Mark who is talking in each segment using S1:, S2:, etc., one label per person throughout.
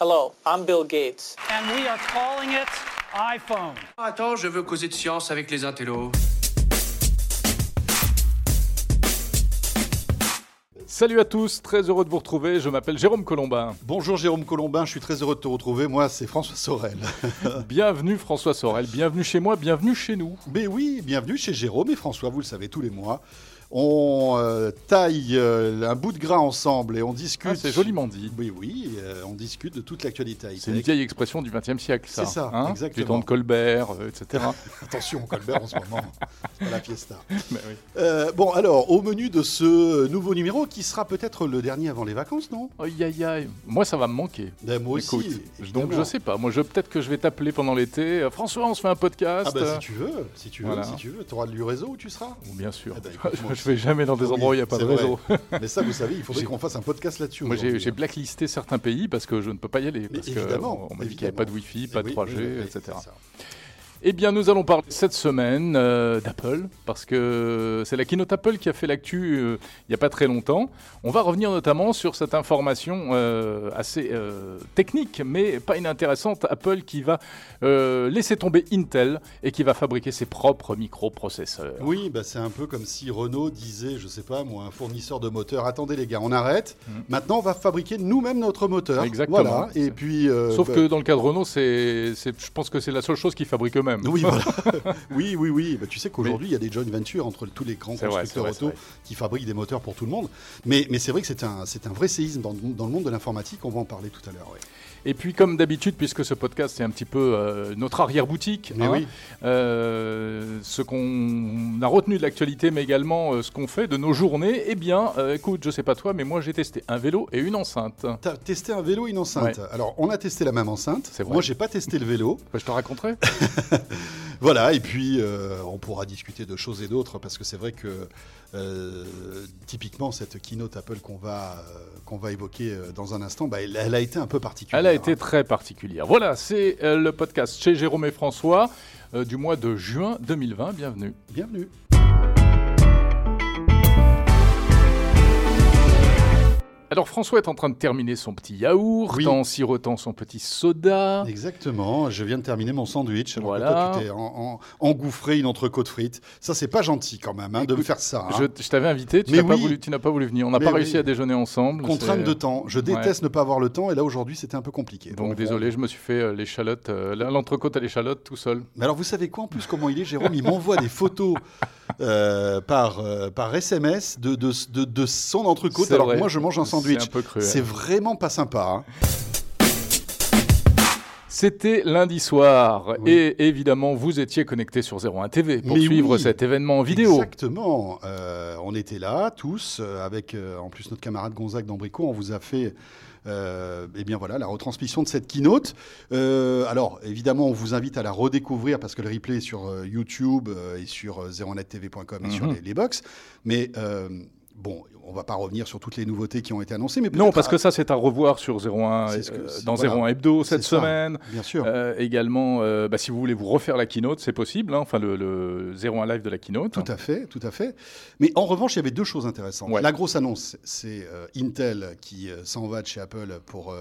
S1: Hello, I'm Bill Gates.
S2: and we are calling it iPhone.
S3: Attends, je veux causer de science avec les intellos.
S4: Salut à tous, très heureux de vous retrouver. Je m'appelle Jérôme Colombin.
S5: Bonjour Jérôme Colombin, je suis très heureux de te retrouver. Moi, c'est François Sorel.
S4: Bienvenue François Sorel, bienvenue chez moi, bienvenue chez nous.
S5: Mais oui, bienvenue chez Jérôme et François, vous le savez, tous les mois. On euh, taille euh, un bout de gras ensemble et on discute.
S4: Ah, c'est joliment dit.
S5: Oui, oui, euh, on discute de toute l'actualité high-tech.
S4: C'est une vieille expression du XXe siècle, ça.
S5: C'est ça,
S4: hein
S5: exactement.
S4: Du temps de Colbert, euh, etc.
S5: Attention, Colbert en ce moment, c'est pas la fiesta.
S4: Mais oui.
S5: Euh, bon, alors, au menu de ce nouveau numéro qui sera peut-être le dernier avant les vacances, non
S4: Aïe, aïe, aïe. Moi, ça va me manquer.
S5: Ben, Moi aussi.
S4: Écoute,
S5: évidemment.
S4: donc je sais pas. Moi, je peut-être que je vais t'appeler pendant l'été. Euh, François, on se fait un podcast.
S5: Ah, ben si tu veux, si tu veux,
S4: Voilà.
S5: si tu veux. Tu auras du réseau où tu seras
S4: Ou oh, bien sûr.
S5: Ah bah, écoute, moi
S4: je vais jamais dans des
S5: Oui,
S4: endroits où il n'y a pas de
S5: c'est vrai.
S4: réseau.
S5: Mais ça, vous savez, il faudrait
S4: J'ai-
S5: qu'on fasse un podcast là-dessus.
S4: Moi, j'ai
S5: aujourd'hui,
S4: j'ai
S5: hein.
S4: blacklisté certains pays parce que je ne peux pas y aller.
S5: Mais
S4: Parce
S5: évidemment,
S4: qu'on m'a dit qu'il n'y avait pas de Wi-Fi, pas de
S5: évidemment. Eh
S4: 3G,
S5: Oui, oui, oui,
S4: etc.
S5: c'est ça.
S4: Eh bien, nous allons parler cette semaine euh, d'Apple, parce que c'est la keynote Apple qui a fait l'actu euh, il n'y a pas très longtemps. On va revenir notamment sur cette information euh, assez euh, technique, mais pas inintéressante. Apple qui va euh, laisser tomber Intel et qui va fabriquer ses propres microprocesseurs.
S5: Oui, bah, c'est un peu comme si Renault disait, je sais pas moi, un fournisseur de moteur, attendez les gars, on arrête. Maintenant, on va fabriquer nous-mêmes notre moteur.
S4: Mm. Exactement.
S5: Voilà. Et puis. euh,
S4: Sauf
S5: bah,
S4: que dans le cas de Renault, c'est, c'est- je pense que c'est la seule chose qu'ils fabriquent eux-mêmes.
S5: Oui, voilà. oui, oui, oui. Bah, tu sais qu'aujourd'hui, il y a des joint ventures entre tous les grands
S4: C'est vrai, c'est
S5: constructeurs
S4: vrai,
S5: auto
S4: c'est
S5: qui fabriquent des moteurs pour tout le monde. Mais, mais c'est vrai que c'est un, c'est un vrai séisme dans, dans le monde de l'informatique. On va en parler tout à l'heure. ouais.
S4: Et puis, comme d'habitude, puisque ce podcast est un petit peu euh, notre arrière-boutique,
S5: Mais
S4: hein,
S5: oui.
S4: euh, ce qu'on a retenu de l'actualité, mais également euh, ce qu'on fait de nos journées, eh bien, euh, écoute, je sais pas toi, mais moi j'ai testé un vélo et une enceinte. Bah,
S5: T'as testé un vélo et une enceinte.
S4: Ouais.
S5: Alors, on a testé la même enceinte.
S4: C'est vrai.
S5: Moi, j'ai pas testé le vélo.
S4: je te raconterai.
S5: Voilà, et puis euh, on pourra discuter de choses et d'autres parce que c'est vrai que euh, typiquement cette keynote Apple qu'on va, euh, qu'on va évoquer euh, dans un instant, bah, elle, elle a été un peu particulière. Ah,
S4: Elle a été très particulière. Voilà, c'est euh, le podcast chez Jérôme et François euh, du mois de juin 2020. Bienvenue.
S5: Bienvenue.
S4: Alors François est en train de terminer son petit yaourt,
S5: Oui.
S4: en sirotant son petit soda.
S5: Exactement, je viens de terminer mon sandwich. Alors que
S4: Voilà.
S5: toi, tu t'es en- en- engouffré une entrecôte frite. Ça, c'est pas gentil quand même hein, de me faire ça. hein.
S4: Je, je t'avais invité, tu
S5: Mais
S4: n'as pas,
S5: oui.
S4: voulu- tu n'as pas voulu venir. On n'a
S5: Mais
S4: pas
S5: oui.
S4: réussi à déjeuner ensemble.
S5: Contrainte
S4: c'est-
S5: de temps. Je déteste ne pas avoir le temps et là aujourd'hui c'était un peu compliqué.
S4: Donc
S5: Bon,
S4: désolé, je me suis fait euh, l'échalote, euh, l'entrecôte à l'échalote tout seul.
S5: Mais alors, vous savez quoi en plus Comment il est, Jérôme Il m'envoie des photos euh, par, euh, par SMS de, de, de, de son entrecôte,
S4: C'est
S5: alors
S4: vrai.
S5: que moi, je mange un
S4: C'est un
S5: sandwich.
S4: peu cruel.
S5: C'est vraiment pas sympa. hein.
S4: C'était lundi soir
S5: Oui.
S4: et évidemment vous étiez connecté sur 01 TV pour
S5: Mais
S4: suivre
S5: oui.
S4: cet événement en vidéo.
S5: Exactement. Euh, on était là, tous, euh, avec euh, en plus notre camarade Gonzague d'Ambrico. On vous a fait. euh, eh bien voilà, la retransmission de cette keynote. Euh, alors évidemment, on vous invite à la redécouvrir parce que le replay est sur euh, YouTube euh, et sur euh, 01nettv.com et sur
S4: Mhm.
S5: les, les box. Mais euh, bon, on va pas revenir sur toutes les nouveautés qui ont été annoncées. Mais
S4: Non,
S5: peut-être
S4: parce
S5: à-
S4: que ça c'est à revoir sur 01
S5: C'est ce que-
S4: euh,
S5: c'est-
S4: dans
S5: voilà.
S4: 01 Hebdo
S5: C'est
S4: cette
S5: ça.
S4: semaine.
S5: Bien sûr.
S4: Euh, également, euh, bah, si vous voulez vous refaire la keynote, c'est possible. hein, enfin, le, le 01 live de la keynote.
S5: Tout à fait, tout à fait. Mais en revanche, il y avait deux choses intéressantes.
S4: Hein. Ouais.
S5: La grosse annonce, c'est euh, Intel qui euh, s'en va de chez Apple pour, euh,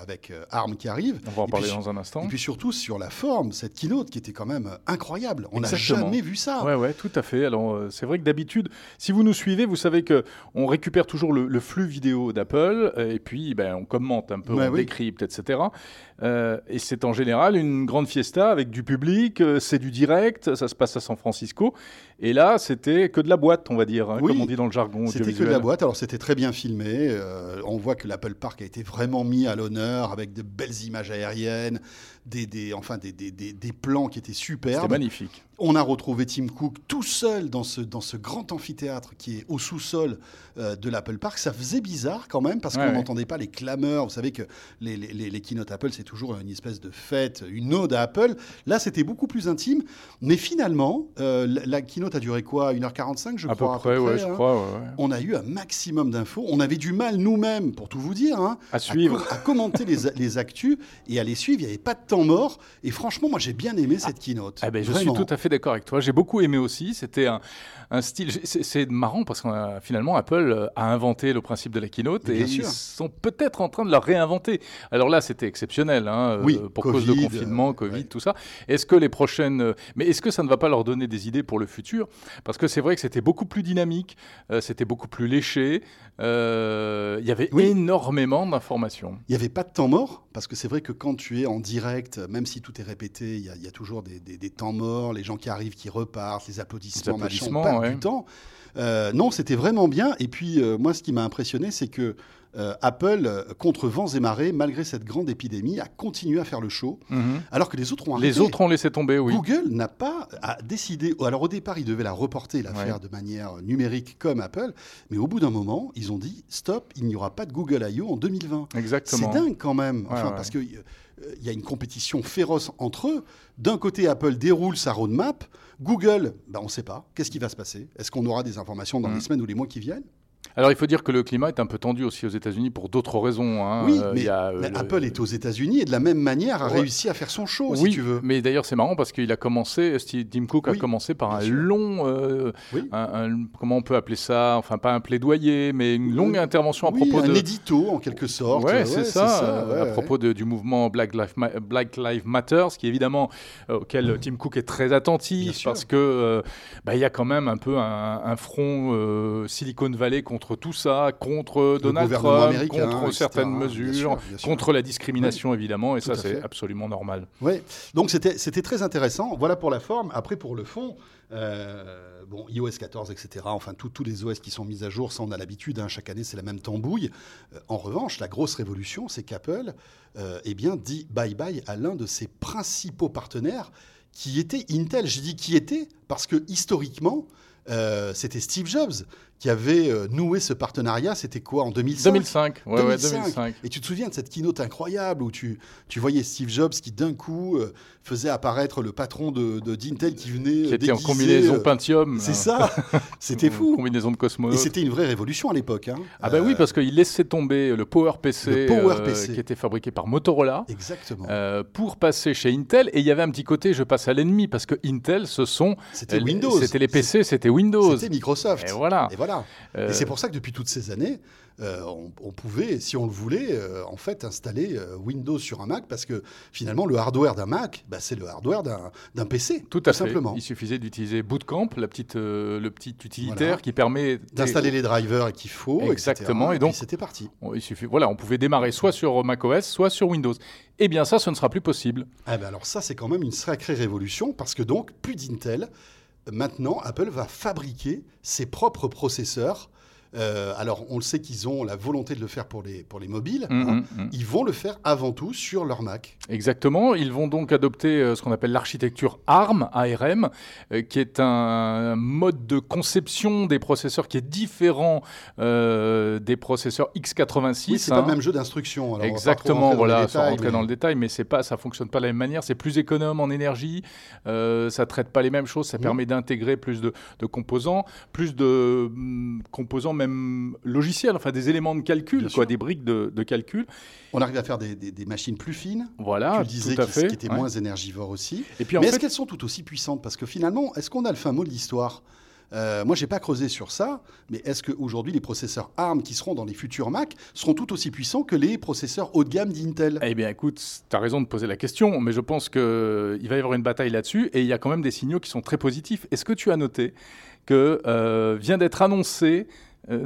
S5: avec euh, ARM qui arrive.
S4: On va en
S5: Et
S4: parler
S5: puis-
S4: dans un instant.
S5: Et puis surtout sur la forme, cette keynote qui était quand même euh, incroyable. On n'a
S4: Exactement.
S5: jamais vu ça.
S4: Ouais, ouais, tout à fait. Alors, euh, c'est vrai que d'habitude, si vous nous suivez, vous savez que on récupère toujours le, le flux vidéo d'Apple euh, et puis ben, on commente un peu,
S5: Ouais,
S4: on
S5: Bah oui.
S4: décrypte, etc. Euh, et c'est en général une grande fiesta avec du public, euh, c'est du direct, ça se passe à San Francisco. Et là, c'était que de la boîte, on va dire, hein,
S5: Oui.
S4: comme on dit dans le jargon
S5: C'était que de
S4: audiovisuel.
S5: la boîte, alors c'était très bien filmé. Euh, on voit que l'Apple Park a été vraiment mis à l'honneur avec de belles images aériennes, des, des, enfin des, des, des, des plans qui étaient
S4: C'était
S5: superbes.
S4: magnifique.
S5: On a retrouvé Tim Cook tout seul dans ce, dans ce grand amphithéâtre qui est au sous-sol euh, de l'Apple Park. Ça faisait bizarre quand même parce
S4: Ouais,
S5: qu'on
S4: ouais.
S5: n'entendait pas les clameurs. Vous savez que les, les, les- les keynotes Apple, c'est toujours une espèce de fête, une ode à Apple. Là, c'était beaucoup plus intime. Mais finalement, euh, la, la keynote keynote a duré quoi 1h45, je
S4: à peu
S5: crois
S4: près, ouais, je
S5: hein.
S4: crois. ouais, ouais.
S5: On a eu un maximum d'infos. On avait du mal nous-mêmes, pour tout vous dire, hein,
S4: À suivre.
S5: co- à commenter les, les actus et à les suivre. Il n'y avait pas de temps mort. Et franchement, moi, j'ai bien aimé cette keynote.
S4: Ah ben, je
S5: Vraiment.
S4: suis tout à fait d'accord avec toi. J'ai beaucoup aimé aussi. C'était un, un style. j'ai- C'est c'est marrant parce que finalement Apple euh, a inventé le principe de la keynote
S5: Mais
S4: et
S5: bien
S4: ils
S5: sûr.
S4: sont peut-être en train de la réinventer. Alors là, c'était exceptionnel hein, euh,
S5: Oui,
S4: pour cause de
S5: Covid,
S4: confinement,
S5: euh,
S4: Covid,
S5: ouais.
S4: tout ça. Est-ce que les prochaines euh, Mais est-ce que ça ne va pas leur donner des idées pour le futur Parce que c'est vrai que c'était beaucoup plus dynamique, euh, c'était beaucoup plus léché. euh, Il y avait
S5: Oui.
S4: énormément d'informations.
S5: Il n'y avait pas de temps mort, parce que c'est vrai que quand tu es en direct, même si tout est répété, il y a, il y a toujours des, des- des temps morts, les gens qui arrivent, qui repartent, les applaudissements,
S4: Les
S5: machin, on
S4: applaudissements,
S5: perd
S4: ouais.
S5: du temps. Euh, non, c'était vraiment bien. Et puis, euh, moi, ce qui m'a impressionné, c'est que euh, Apple, euh, contre vents et marées, malgré cette grande épidémie, a continué à faire le show, alors que les autres ont arrêté.
S4: Les autres ont laissé tomber, oui.
S5: Mmh. Google n'a pas a décidé. Alors au départ, ils devaient la reporter, la
S4: Ouais.
S5: faire de manière numérique comme Apple, mais au bout d'un moment, ils ont dit stop, il n'y aura pas de Google I.O. en 2020. C'est
S4: Exactement.
S5: dingue quand même, enfin,
S4: Ouais, ouais.
S5: parce qu'il y a une compétition féroce entre eux. D'un côté, Apple déroule sa roadmap. Google, bah, on ne sait pas. Qu'est-ce qui va se passer Est-ce qu'on aura des informations dans
S4: Mhm.
S5: les semaines ou les mois qui viennent
S4: Alors, il faut dire que le climat est un peu tendu aussi aux États-Unis pour d'autres raisons. hein.
S5: Oui,
S4: Euh, il
S5: mais,
S4: y a, euh,
S5: mais
S4: le-
S5: Ben, Apple est aux États-Unis et de la même manière a
S4: Ouais.
S5: réussi à faire son show,
S4: Oui,
S5: si tu veux.
S4: mais d'ailleurs c'est marrant parce qu'il a commencé, Steve- Tim Cook a
S5: Oui,
S4: commencé par
S5: bien
S4: un
S5: sûr.
S4: long, euh,
S5: Oui.
S4: un- un- comment on peut appeler ça, enfin pas un plaidoyer, mais une longue
S5: Oui,
S4: intervention à
S5: Oui,
S4: propos
S5: un
S4: de,
S5: édito, en quelque sorte.
S4: Ouais, c'est ça, euh, à
S5: ouais, ouais.
S4: propos de- du mouvement Black Lives, Ma- Black Lives Matter, ce qui évidemment euh, auquel Tim Cook est très
S5: Bien
S4: attentif
S5: sûr.
S4: parce que euh, bah, il y a quand même un peu un, un front euh, Silicon Valley contre tout ça, contre Donald
S5: gouvernement
S4: Trump,
S5: américain,
S4: contre
S5: etc.,
S4: certaines
S5: hein, bien sûr,
S4: mesures,
S5: bien sûr.
S4: contre la discrimination évidemment, et
S5: tout
S4: ça
S5: à
S4: c'est
S5: fait.
S4: absolument normal.
S5: Ouais. Donc c'était c'était très intéressant. Voilà pour la forme. Après pour le fond, euh, bon iOS 14, etc. Enfin tous tous les OS qui sont mis à jour, ça on a l'habitude. hein. Chaque année c'est la même tambouille. Euh, en revanche, la grosse révolution, c'est qu'Apple, euh, eh bien dit bye bye à l'un de ses principaux partenaires, qui était Intel. Je dis qui était parce que historiquement. euh, c'était Steve Jobs qui avait euh, noué ce partenariat. C'était quoi en 2005
S4: 2005, ouais, ouais, 2005.
S5: Et tu te souviens de cette keynote incroyable où tu, tu voyais Steve Jobs qui d'un coup euh, faisait apparaître le patron de de- d'Intel qui venait
S4: qui
S5: euh,
S4: était en
S5: déguisé,
S4: combinaison
S5: euh,
S4: Pentium.
S5: C'est
S4: là.
S5: ça, c'était
S4: Ou
S5: fou.
S4: Combinaison de
S5: Et
S4: cosmonautes.
S5: c'était une vraie révolution à l'époque. hein.
S4: Ah bah oui,
S5: Euh,
S4: parce qu'il laissait tomber le PowerPC,
S5: Le PowerPC.
S4: qui était fabriqué par Motorola.
S5: exactement.
S4: euh, pour passer chez Intel, et il y avait un petit côté je passe à l'ennemi, parce que Intel, ce sont.
S5: C'était
S4: euh,
S5: Windows.
S4: C'était les PC, c'était Windows.
S5: C'était Microsoft.
S4: Et voilà.
S5: Et voilà.
S4: Euh,
S5: Et c'est pour ça que depuis toutes ces années, euh, on, on pouvait, si on le voulait, euh, en fait installer euh, Windows sur un Mac parce que finalement le hardware d'un Mac, bah, c'est le hardware d'un d'un PC.
S4: Tout à fait.
S5: simplement.
S4: Il suffisait d'utiliser Bootcamp, la petite, euh, le petit utilitaire
S5: Voilà.
S4: qui permet
S5: D'installer les drivers qu'il faut. etc.
S4: Exactement, et donc-
S5: puis c'était parti.
S4: Bon, Il suffit. Voilà, on pouvait démarrer soit sur macOS, soit sur Windows. Eh bien, ça, ce ne sera plus possible.
S5: Ah ben alors ça, c'est quand même une sacrée révolution parce que donc, plus d'Intel, maintenant, Apple va fabriquer ses propres processeurs. Euh, alors, on le sait qu'ils ont la volonté de le faire pour les, pour les mobiles.
S4: Mm,
S5: hein.
S4: mm, mm.
S5: Ils vont le faire avant tout sur leur Mac.
S4: Exactement. Ils vont donc adopter euh, ce qu'on appelle l'architecture ARM, ARM, euh, qui est un mode de conception des processeurs qui est différent euh, des processeurs x86.
S5: Oui, c'est
S4: hein.
S5: pas le même jeu d'instruction. alors on va pas trop
S4: Exactement,
S5: rentrer dans les
S4: voilà, sans
S5: détails,
S4: rentrer
S5: mais-
S4: dans le détail, mais c'est pas, ça fonctionne pas de la même manière, c'est plus économe en énergie, euh, ça traite pas les mêmes choses, ça
S5: Mhm.
S4: permet d'intégrer plus de, de composants, plus de hum, composants même logiciels, enfin des éléments de calcul,
S5: Bien
S4: quoi,
S5: sûr.
S4: des briques de, de calcul.
S5: On arrive à faire des, des- des machines plus fines.
S4: Voilà,
S5: tu le disais,
S4: Ah, tout à
S5: qui,
S4: fait.
S5: qui étaient
S4: ouais.
S5: moins énergivores aussi.
S4: Et puis en
S5: Mais
S4: fait,
S5: est-ce qu'elles sont toutes aussi puissantes Parce que finalement, est-ce qu'on a le fin mot de l'histoire Euh, Moi, j'ai pas creusé sur ça, mais est-ce qu'aujourd'hui, les processeurs ARM qui seront dans les futurs Mac seront tout aussi puissants que les processeurs haut de gamme d'Intel
S4: Eh bien, écoute, tu as raison de poser la question, mais je pense qu'il va y avoir une bataille là-dessus et il y a quand même des signaux qui sont très positifs. Est-ce que tu as noté que euh, vient d'être annoncé euh,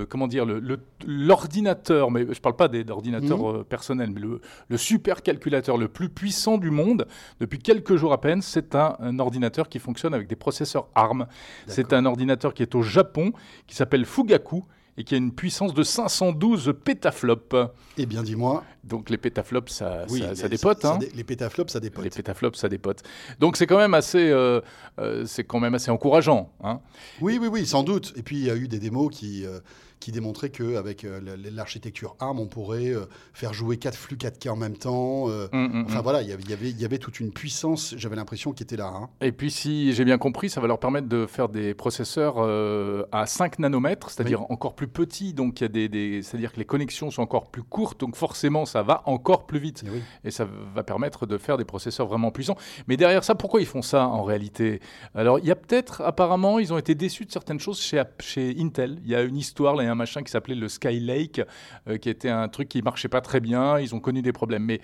S4: le comment dire le- le- l'ordinateur mais je parle pas des- d'ordinateurs euh, personnels mais le, le supercalculateur le plus puissant du monde depuis quelques jours à peine c'est un, un ordinateur qui fonctionne avec des processeurs ARM c'est un ordinateur qui est au Japon qui s'appelle Fugaku et qui a une puissance de 512 pétaflops
S5: Eh bien, dis-moi.
S4: donc les pétaflops, ça,
S5: Oui,
S4: ça,
S5: mais
S4: ça dépote.
S5: ça
S4: hein.
S5: dé- les pétaflops, ça dépote.
S4: les pétaflops, ça dépote. Donc c'est quand même assez, euh, euh, c'est quand même assez encourageant. hein.
S5: Oui, oui, oui, sans doute. Et puis, il y a eu des démos qui, euh, qui démontrait qu'avec euh, l'architecture ARM, on pourrait euh, faire jouer quatre flux 4K en même temps. euh,
S4: Mm, mm,
S5: Enfin
S4: mm.
S5: voilà, il y avait- il y avait- il y avait toute une puissance, j'avais l'impression, qui était là. hein.
S4: Et puis, si j'ai bien compris, ça va leur permettre de faire des processeurs euh, à 5 nanomètres, c'est-à-dire encore plus petits. Donc, il y a des, des- c'est-à-dire que les connexions sont encore plus courtes. Donc, forcément, ça va encore plus vite.
S5: Et oui.
S4: Et ça va permettre de faire des processeurs vraiment puissants. Mais derrière ça, pourquoi ils font ça en réalité Alors, il y a peut-être, apparemment, ils ont été déçus de certaines choses chez, App- chez Intel. Il y a une histoire, là, il y a un machin qui s'appelait le Skylake, euh, qui était un truc qui marchait pas très bien. Ils ont connu des problèmes. Mais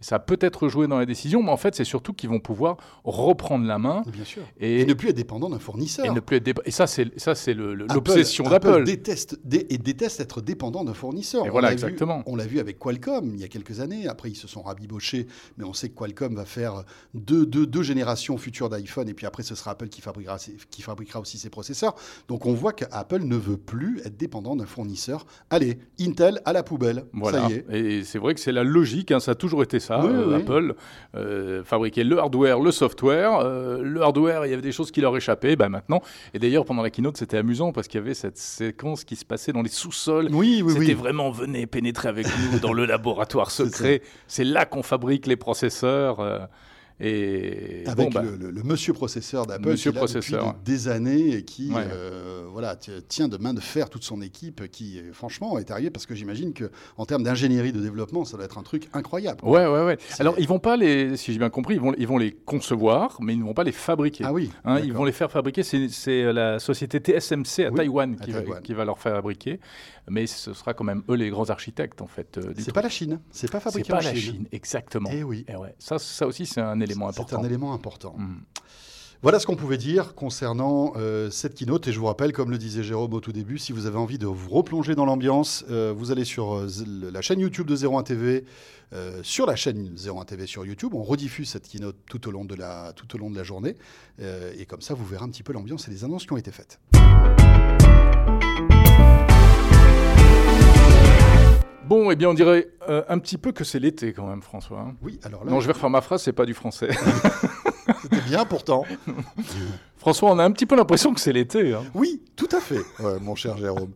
S4: ça a peut-être joué dans la décision. Mais en fait, c'est surtout qu'ils vont pouvoir reprendre la main.
S5: Bien sûr.
S4: Et,
S5: Et, ne plus être dépendant d'un fournisseur.
S4: et ne plus être dépa- et ça, c'est ça, c'est le- le-
S5: Apple-
S4: l'obsession
S5: Apple
S4: d'Apple.
S5: déteste dé- et déteste être dépendant d'un fournisseur.
S4: Et
S5: On
S4: voilà,
S5: l'a vu-
S4: exactement.
S5: on l'a vu avec Qualcomm il y a quelques années. Après, ils se sont rabibochés, mais on sait que Qualcomm va faire deux, deux, deux générations futures d'iPhone, et puis après, ce sera Apple qui fabriquera, ses- qui fabriquera aussi ses processeurs. Donc, on voit qu'Apple ne veut plus être dépendant d'un fournisseur. Allez, Intel à la poubelle.
S4: Voilà.
S5: Ça y est.
S4: Et c'est vrai que c'est la logique, hein, ça a toujours été ça.
S5: Oui, oui, oui.
S4: Apple euh, fabriquait le hardware, le software. euh, le hardware, il y avait des choses qui leur échappaient. Bah, maintenant, et d'ailleurs pendant la keynote, c'était amusant parce qu'il y avait cette séquence qui se passait dans les sous-sols.
S5: Oui, oui,
S4: c'était
S5: oui.
S4: vraiment venez pénétrer avec nous dans le laboratoire secret. C'est là qu'on fabrique les processeurs. euh, et bon,
S5: Avec
S4: bah,
S5: le, le- le monsieur processeur d'Apple,
S4: Monsieur
S5: qui est là depuis
S4: processeur,
S5: de- des années et qui
S4: Ouais.
S5: euh, voilà, ti- tient de main de fer toute son équipe, qui euh, franchement est arrivée parce que j'imagine que en termes d'ingénierie de développement, ça doit être un truc incroyable.
S4: Ouais, ouais, ouais.
S5: C'est-
S4: Alors, ils vont pas les, si j'ai bien compris, ils vont, ils vont les concevoir, mais ils ne vont pas les fabriquer.
S5: Ah oui,
S4: Hein,
S5: d'accord.
S4: ils vont les faire fabriquer, c'est- c'est euh, la société TSMC à
S5: Oui,
S4: Taïwan
S5: à
S4: qui, va-
S5: Taïwan.
S4: qui va leur fabriquer, mais ce sera quand même eux les grands architectes en fait. euh, du
S5: c'est
S4: truc.
S5: pas la Chine, c'est pas
S4: C'est
S5: fabriqué
S4: pas
S5: en
S4: la
S5: Chine.
S4: Chine, exactement.
S5: Eh oui,
S4: Et ouais, ça, ça aussi c'est un élément
S5: c'est
S4: important.
S5: un élément important.
S4: Mm.
S5: Voilà ce qu'on pouvait dire concernant euh, cette keynote. Et je vous rappelle, comme le disait Jérôme au tout début, si vous avez envie de vous replonger dans l'ambiance, euh, vous allez sur euh, z- le- la chaîne YouTube de 01 TV, euh, sur la chaîne 01 TV sur YouTube. On rediffuse cette keynote tout au long de la, tout au long de la journée. Euh, et comme ça, vous verrez un petit peu l'ambiance et les annonces qui ont été faites.
S4: Bon, eh bien on dirait euh, un petit peu que c'est l'été quand même, François. hein.
S5: Oui, alors là,
S4: Non, je vais refaire ma phrase, c'est pas du français.
S5: c'était bien pourtant.
S4: François, on a un petit peu l'impression que c'est l'été. hein.
S5: Oui, tout à fait, euh, mon cher Jérôme.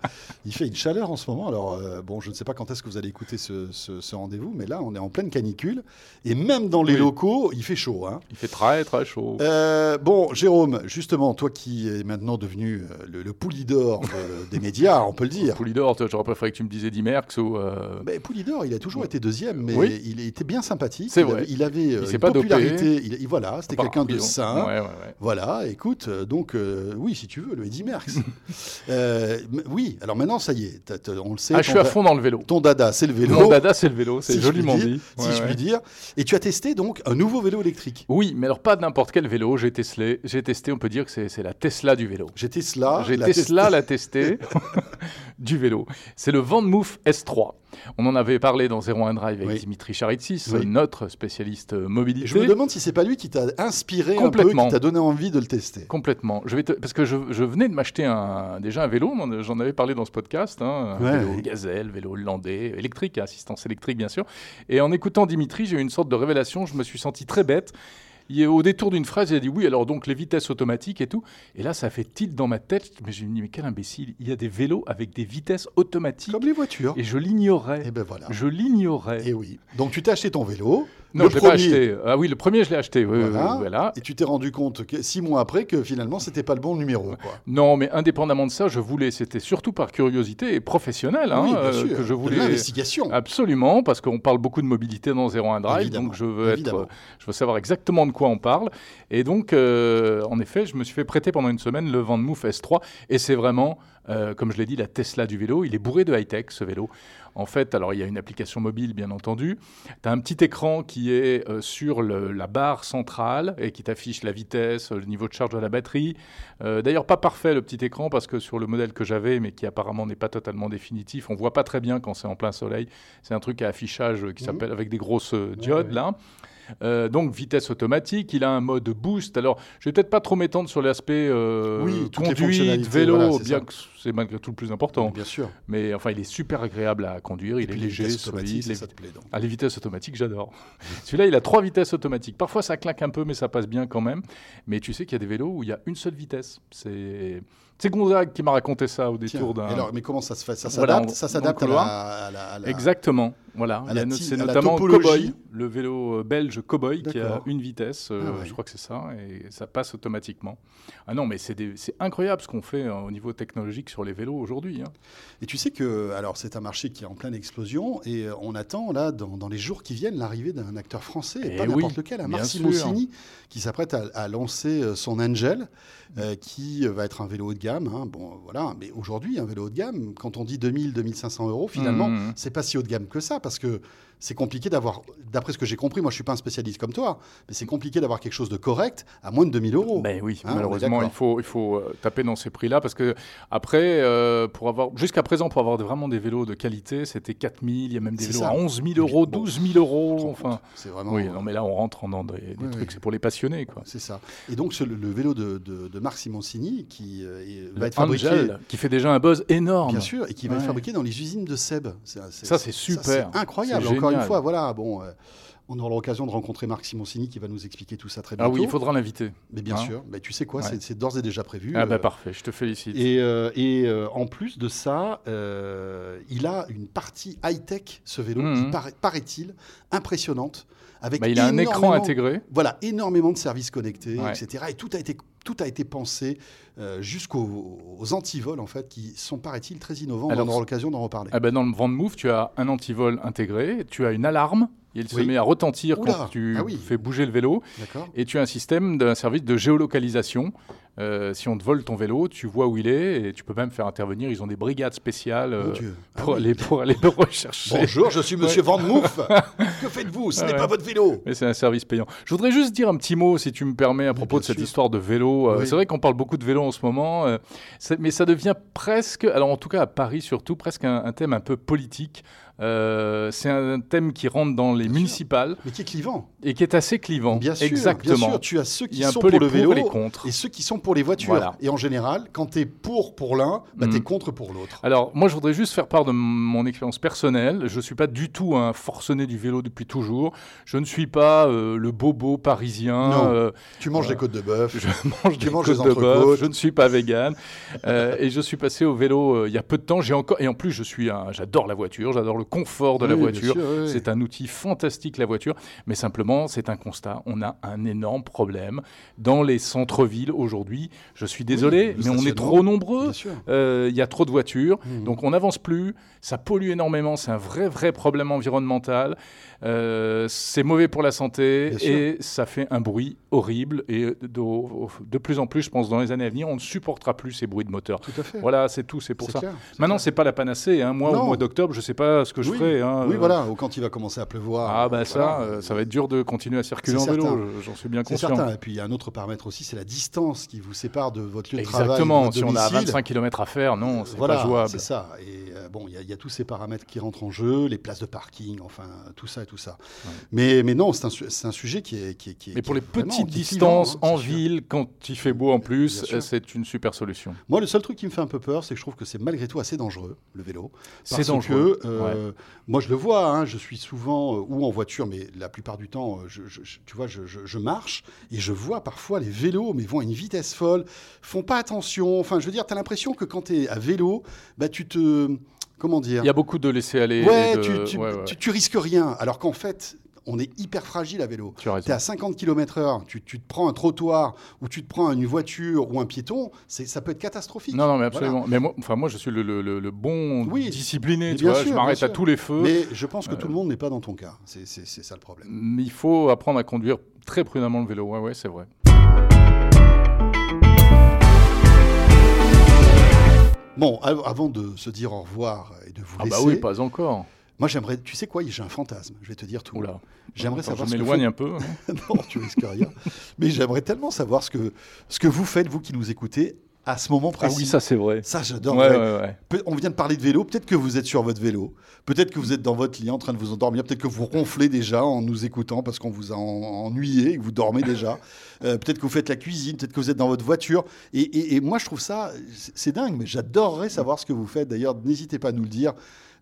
S5: Il fait une chaleur en ce moment. Alors, euh, bon, je ne sais pas quand est-ce que vous allez écouter ce, ce- ce rendez-vous, mais là, on est en pleine canicule. Et même dans les
S4: Oui.
S5: locaux, il fait chaud. hein.
S4: Il fait très très chaud.
S5: Euh, bon, Jérôme, justement, toi qui es maintenant devenu euh, le, le poulidor euh, des médias, on peut le dire.
S4: Poulidor, toi, j'aurais préféré que tu me disais Dimerx ou. euh,
S5: Mais Poulidor, il a toujours été deuxième, mais
S4: Oui.
S5: il était bien sympathique.
S4: C'est
S5: il
S4: vrai.
S5: Avait, il avait euh,
S4: s'est
S5: une
S4: pas dopé.
S5: popularité. Il, il- voilà, c'était
S4: par-
S5: quelqu'un de
S4: Bidon.
S5: sain.
S4: Ouais, ouais, ouais.
S5: Voilà, écoute, euh, donc euh, oui, si tu veux, le Eddy Merckx. Euh, m- oui, alors maintenant, ça y est, t'as- t'as- on le sait.
S4: Ah,
S5: ton
S4: je suis à
S5: da-
S4: fond dans le vélo.
S5: Ton dada, c'est le vélo.
S4: Mon dada, c'est le vélo, c'est
S5: si je puis
S4: joliment
S5: dire,
S4: dit.
S5: Si
S4: Ouais,
S5: je
S4: ouais.
S5: puis dire. Et tu as testé donc un nouveau vélo électrique.
S4: Oui, mais alors pas n'importe quel vélo. J'ai testé, j'ai testé, on peut dire que c'est c'est la Tesla du vélo.
S5: J'ai Tesla.
S4: J'ai
S5: la
S4: Tesla
S5: Tesla-
S4: Ah, l'a testé du vélo. C'est le Vanmoof S3. On en avait parlé dans 01 Drive avec
S5: Oui.
S4: Dimitri Charitsis,
S5: Oui.
S4: notre spécialiste euh, mobilité.
S5: Je me demande si c'est pas lui qui t'a inspiré un peu,
S4: Complètement.
S5: qui t'a donné envie de le tester.
S4: Complètement. Je vais te- Parce que je, je venais de m'acheter un, déjà un vélo, on en- j'en avais parlé dans ce podcast, hein, un
S5: Ouais,
S4: vélo
S5: ouais.
S4: gazelle, vélo hollandais, électrique, assistance électrique bien sûr. Et en écoutant Dimitri, j'ai eu une sorte de révélation, je me suis senti très bête. Il, au détour d'une phrase, il a dit oui, alors donc les vitesses automatiques et tout. Et là, ça a fait tilt dans ma tête, mais je me dis mais quel imbécile, il y a des vélos avec des vitesses automatiques.
S5: Comme les voitures.
S4: Et je l'ignorais.
S5: Et ben voilà.
S4: Je l'ignorais.
S5: Et oui. Donc tu t'es acheté ton vélo.
S4: Non,
S5: le
S4: je l'ai pas
S5: premier,
S4: acheté. Ah oui, le premier, je l'ai acheté. oui, oui, oui,
S5: Voilà.
S4: voilà.
S5: Et tu t'es rendu compte que six mois après que finalement c'était pas le bon numéro. quoi.
S4: Non, mais indépendamment de ça, je voulais, c'était surtout par curiosité et professionnelle hein,
S5: oui, bien
S4: euh,
S5: sûr.
S4: que je
S5: De
S4: voulais. Ah,
S5: L'investigation.
S4: Absolument, parce qu'on parle beaucoup de mobilité dans 01 Drive,
S5: Évidemment,
S4: donc je veux, être,
S5: évidemment.
S4: euh, je veux savoir exactement de quoi on parle. Et donc, euh, en effet, je me suis fait prêter pendant une semaine le Vanmoof S3, et c'est vraiment, euh, comme je l'ai dit, la Tesla du vélo. Il est bourré de high-tech, ce vélo. En fait, alors il y a une application mobile, bien entendu. Tu as un petit écran qui est euh, sur le- la barre centrale et qui t'affiche la vitesse, le niveau de charge de la batterie. Euh, D'ailleurs, pas parfait le petit écran, parce que sur le modèle que j'avais, mais qui apparemment n'est pas totalement définitif, on voit pas très bien quand c'est en plein soleil. C'est un truc à affichage euh, qui
S5: Mhm.
S4: s'appelle avec des grosses euh,
S5: Ouais,
S4: diodes
S5: ouais.
S4: là. Euh, donc vitesse automatique, il a un mode boost. Alors, je vais peut-être pas trop m'étendre sur l'aspect euh,
S5: Oui, toutes les
S4: conduite,
S5: fonctionnalités,
S4: vélo,
S5: voilà, c'est
S4: bien
S5: ça.
S4: que c'est malgré tout le plus important.
S5: Bien sûr.
S4: Mais enfin, il est super agréable à conduire,
S5: Et
S4: il est
S5: puis les
S4: léger,
S5: vitesses automatiques,
S4: solide. les-
S5: ça, ça te plaît donc.
S4: Ah, les vitesses automatiques, j'adore. Celui-là, il a trois vitesses automatiques. Parfois, ça claque un peu, mais ça passe bien quand même. Mais tu sais qu'il y a des vélos où il y a une seule vitesse. C'est c'est Gonzague qui m'a raconté ça au
S5: Tiens,
S4: détour d'un.
S5: mais alors, mais comment ça se fait Ça
S4: Voilà,
S5: s'adapte
S4: en-
S5: ça
S4: dans
S5: s'adapte
S4: le
S5: à la,
S4: couloir.
S5: à la- à la-
S4: Exactement, voilà. Il y a
S5: la
S4: no-
S5: ti-
S4: c'est
S5: à la
S4: notamment
S5: topologie.
S4: Cowboy, le vélo euh, belge Cowboy qui a
S5: D'accord.
S4: une vitesse, euh,
S5: Ah ouais.
S4: je crois que c'est ça, et ça passe automatiquement. Ah non, mais c'est des- c'est incroyable ce qu'on fait hein, au niveau technologique sur les vélos aujourd'hui. hein.
S5: Et tu sais que, alors c'est un marché qui est en pleine explosion et euh, on attend là, dans, dans les jours qui viennent, l'arrivée d'un acteur français et,
S4: Eh
S5: pas
S4: oui,
S5: n'importe lequel, un
S4: bien
S5: Marc
S4: sûr.
S5: Simoncini qui s'apprête à, à lancer euh, son Angel, euh, qui euh, va être un vélo haut de gamme. hein, bon, voilà. Mais aujourd'hui, un vélo haut de gamme, quand on dit 2000-2500 euros, finalement,
S4: Mhm.
S5: c'est pas si haut de gamme que ça parce que c'est compliqué d'avoir, d'après ce que j'ai compris, moi je suis pas un spécialiste comme toi, mais c'est compliqué d'avoir quelque chose de correct à moins de 2000 euros.
S4: Ben oui,
S5: Hein, on est
S4: malheureusement, il
S5: d'accord.
S4: faut, il faut euh, taper dans ces prix-là parce que après, euh, pour avoir jusqu'à présent, pour avoir des- vraiment des vélos de qualité, c'était 4 000, il y a même des
S5: C'est
S4: vélos
S5: ça.
S4: à 11 000 euros,
S5: Bon,
S4: 12 000 euros,
S5: Rends
S4: enfin.
S5: compte, c'est vraiment. euh,
S4: Oui, non, mais là, on rentre en dans des, des
S5: Oui,
S4: trucs,
S5: oui.
S4: c'est pour les passionnés, quoi.
S5: C'est ça. Et donc ce- le, le vélo de, de, de Marc Simoncini qui euh, est-
S4: Le
S5: va être fabriqué,
S4: Angel, qui fait déjà un buzz énorme.
S5: bien sûr, et qui va être
S4: Ouais.
S5: fabriqué dans les usines de Seb. C'est-
S4: Ça, c'est super.
S5: c'est incroyable.
S4: C'est
S5: Encore une
S4: génial.
S5: fois, voilà. Bon, euh, on aura l'occasion de rencontrer Marc Simoncini qui va nous expliquer tout ça très
S4: Ah
S5: bientôt.
S4: oui, il faudra l'inviter.
S5: Mais bien
S4: Hein
S5: sûr. Mais tu sais quoi,
S4: Ouais.
S5: c'est- c'est d'ores et déjà prévu.
S4: Ah bah
S5: euh,
S4: parfait, je te félicite.
S5: et, euh, et, euh, en plus de ça, euh, il a une partie high-tech, ce vélo,
S4: Mhm.
S5: qui paraît- paraît-il impressionnante. Avec
S4: Bah, il a un écran
S5: énormément-
S4: intégré.
S5: voilà, énormément de services connectés,
S4: Ouais.
S5: etc. Et tout a été, tout a été pensé euh, jusqu'aux aux antivols, en fait, qui sont, paraît-il, très innovants.
S4: Alors,
S5: on aura l'occasion d'en reparler.
S4: Ah bah, dans le Van Move, tu as un antivol intégré, tu as une alarme, et elle se
S5: Oui.
S4: met à retentir
S5: Oula,
S4: quand tu
S5: ah oui.
S4: fais bouger le vélo.
S5: D'accord
S4: Et tu as un système d'un service de géolocalisation. Euh, si on te vole ton vélo, tu vois où il est et tu peux même faire intervenir. Ils ont des brigades spéciales
S5: Mon
S4: euh,
S5: Dieu. Ah
S4: pour,
S5: oui.
S4: aller, pour aller le rechercher.
S5: Bonjour, je suis Monsieur Van Mouf. que faites-vous Ce n'est
S4: Ouais.
S5: pas votre vélo.
S4: Mais c'est un service payant. Je voudrais juste dire un petit mot, si tu me permets, à propos
S5: bien
S4: de cette
S5: sûr.
S4: histoire de vélo. Euh,
S5: Oui.
S4: C'est vrai qu'on parle beaucoup de vélo en ce moment, euh, c'est- mais ça devient presque, alors en tout cas à Paris surtout, presque un, un thème un peu politique. Euh, c'est un thème qui rentre dans les
S5: Bien sûr.
S4: municipales
S5: Mais qui est clivant.
S4: et qui est assez clivant.
S5: Bien sûr.
S4: Exactement.
S5: Bien sûr, tu as ceux
S4: Il
S5: qui
S4: y a un
S5: sont
S4: peu les
S5: pour le
S4: pour
S5: vélo
S4: et les contre.
S5: et ceux qui sont pour les voitures.
S4: Voilà.
S5: Et en général, quand tu es pour pour l'un, bah,
S4: Mhm.
S5: tu es contre pour l'autre.
S4: Alors, moi, je voudrais juste faire part de m- mon expérience personnelle. Je ne suis pas du tout un forcené du vélo depuis toujours. Je ne suis pas euh, le bobo parisien.
S5: Non.
S4: euh,
S5: Tu manges
S4: Voilà.
S5: des côtes de bœuf.
S4: je mange
S5: Tu
S4: des
S5: manges
S4: côtes
S5: des
S4: de bœuf.
S5: entrecôtes.
S4: Je ne suis pas vegan. Euh, et je suis passé au vélo euh, il y a peu de temps. J'ai encore et en plus, je suis un. J'adore la voiture. J'adore le confort de la
S5: Oui, bien
S4: voiture.
S5: sûr, oui, oui.
S4: C'est un outil fantastique, la voiture, mais simplement, c'est un constat. On a un énorme problème dans les centres-villes aujourd'hui. Je suis désolé,
S5: le
S4: mais on est
S5: stationnement,
S4: trop nombreux.
S5: Bien sûr.
S4: Euh, Il y a trop de voitures,
S5: Mhm.
S4: donc on n'avance plus, ça pollue énormément, c'est un vrai, vrai problème environnemental, Euh, c'est mauvais pour la santé
S5: Bien sûr.
S4: et ça fait un bruit horrible. Et de, de plus en plus, je pense, dans les années à venir, on ne supportera plus ces bruits de moteur.
S5: Tout à fait.
S4: Voilà, c'est tout, c'est pour
S5: C'est
S4: ça.
S5: clair, c'est
S4: Maintenant,
S5: clair.
S4: c'est pas la panacée. hein. Moi,
S5: Non.
S4: au mois d'octobre, je sais pas ce que je
S5: oui.
S4: ferai. hein.
S5: Oui,
S4: Euh,
S5: voilà. Ou quand il va commencer à pleuvoir.
S4: Ah, bah ça,
S5: Voilà.
S4: euh, ça va être dur de continuer à circuler en
S5: C'est certain.
S4: vélo, j'en suis bien
S5: C'est
S4: conscient.
S5: certain. Et puis il y a un autre paramètre aussi, c'est la distance qui vous sépare de votre lieu de travail.
S4: Exactement,
S5: de votre
S4: si on a
S5: domicile.
S4: 25 km à faire, non, c'est
S5: Voilà,
S4: pas jouable.
S5: c'est ça. Et euh, bon, il y, a- il y a tous ces paramètres qui rentrent en jeu, les places de parking, enfin, tout ça et tout ça. Mais, mais non, c'est un, su- c'est un sujet qui est. Qui est- qui est-
S4: Mais pour
S5: qui
S4: les
S5: est vraiment-
S4: petites
S5: qui est clivant,
S4: distances
S5: hein,
S4: en
S5: c'est sûr.
S4: ville, quand il fait beau en
S5: Bien
S4: plus,
S5: sûr.
S4: euh, c'est une super solution.
S5: Moi, le seul truc qui me fait un peu peur, c'est que je trouve que c'est malgré tout assez dangereux, le vélo.
S4: C'est
S5: Parce
S4: dangereux,
S5: que, euh, Moi, je le vois, hein, je suis souvent, euh, ou en voiture, mais la plupart du temps, euh, je, je- je- tu vois, je, je- je marche et je vois parfois les vélos, mais vont à une vitesse folle, font pas attention. Enfin, je veux dire, tu as l'impression que quand tu es à vélo, bah, tu te. Comment dire
S4: Il y a beaucoup de laisser aller.
S5: Ouais,
S4: et de-
S5: tu, tu,
S4: ouais, ouais.
S5: tu- tu risques rien. Alors qu'en fait, on est hyper fragile à vélo.
S4: Tu as raison.
S5: T'es à 50 km/h, tu, tu te prends un trottoir ou tu te prends une voiture ou un piéton, c'est- ça peut être catastrophique.
S4: Non, non, mais
S5: Voilà.
S4: absolument. Mais moi, enfin, moi, je suis le, le- le- le bon
S5: Oui.
S4: discipliné.
S5: Mais
S4: Tu
S5: bien
S4: vois,
S5: sûr,
S4: je
S5: bien
S4: m'arrête à
S5: sûr.
S4: tous les feux.
S5: Mais je pense que tout le monde n'est pas dans ton cas. C'est c'est- c'est ça le problème.
S4: Mais Il faut apprendre à conduire très prudemment le vélo. Ouais, ouais, c'est vrai.
S5: Bon, av- avant de se dire au revoir et de vous
S4: Ah
S5: laisser,
S4: bah oui, pas encore.
S5: moi j'aimerais, tu sais quoi, j'ai un fantasme, je vais te dire tout.
S4: Oula.
S5: J'aimerais
S4: Attends,
S5: savoir
S4: Je
S5: ce que
S4: m'éloigne
S5: vous-
S4: un peu.
S5: non, tu risques rien. Mais j'aimerais tellement savoir ce que, ce que vous faites, vous qui nous écoutez, à ce moment
S4: Ah
S5: précis.
S4: oui, ça c'est vrai.
S5: Ça, j'adore.
S4: Ouais,
S5: Ouais.
S4: ouais, ouais.
S5: Pe- On vient de parler de vélo. Peut-être que vous êtes sur votre vélo. Peut-être que vous êtes dans votre lit en train de vous endormir. Peut-être que vous ronflez déjà en nous écoutant parce qu'on vous a en- ennuyé et que vous dormez déjà. Euh, peut-être que vous faites la cuisine. Peut-être que vous êtes dans votre voiture. Et, et- et moi, je trouve ça, c'est- c'est dingue, mais j'adorerais savoir ce que vous faites. D'ailleurs, n'hésitez pas à nous le dire.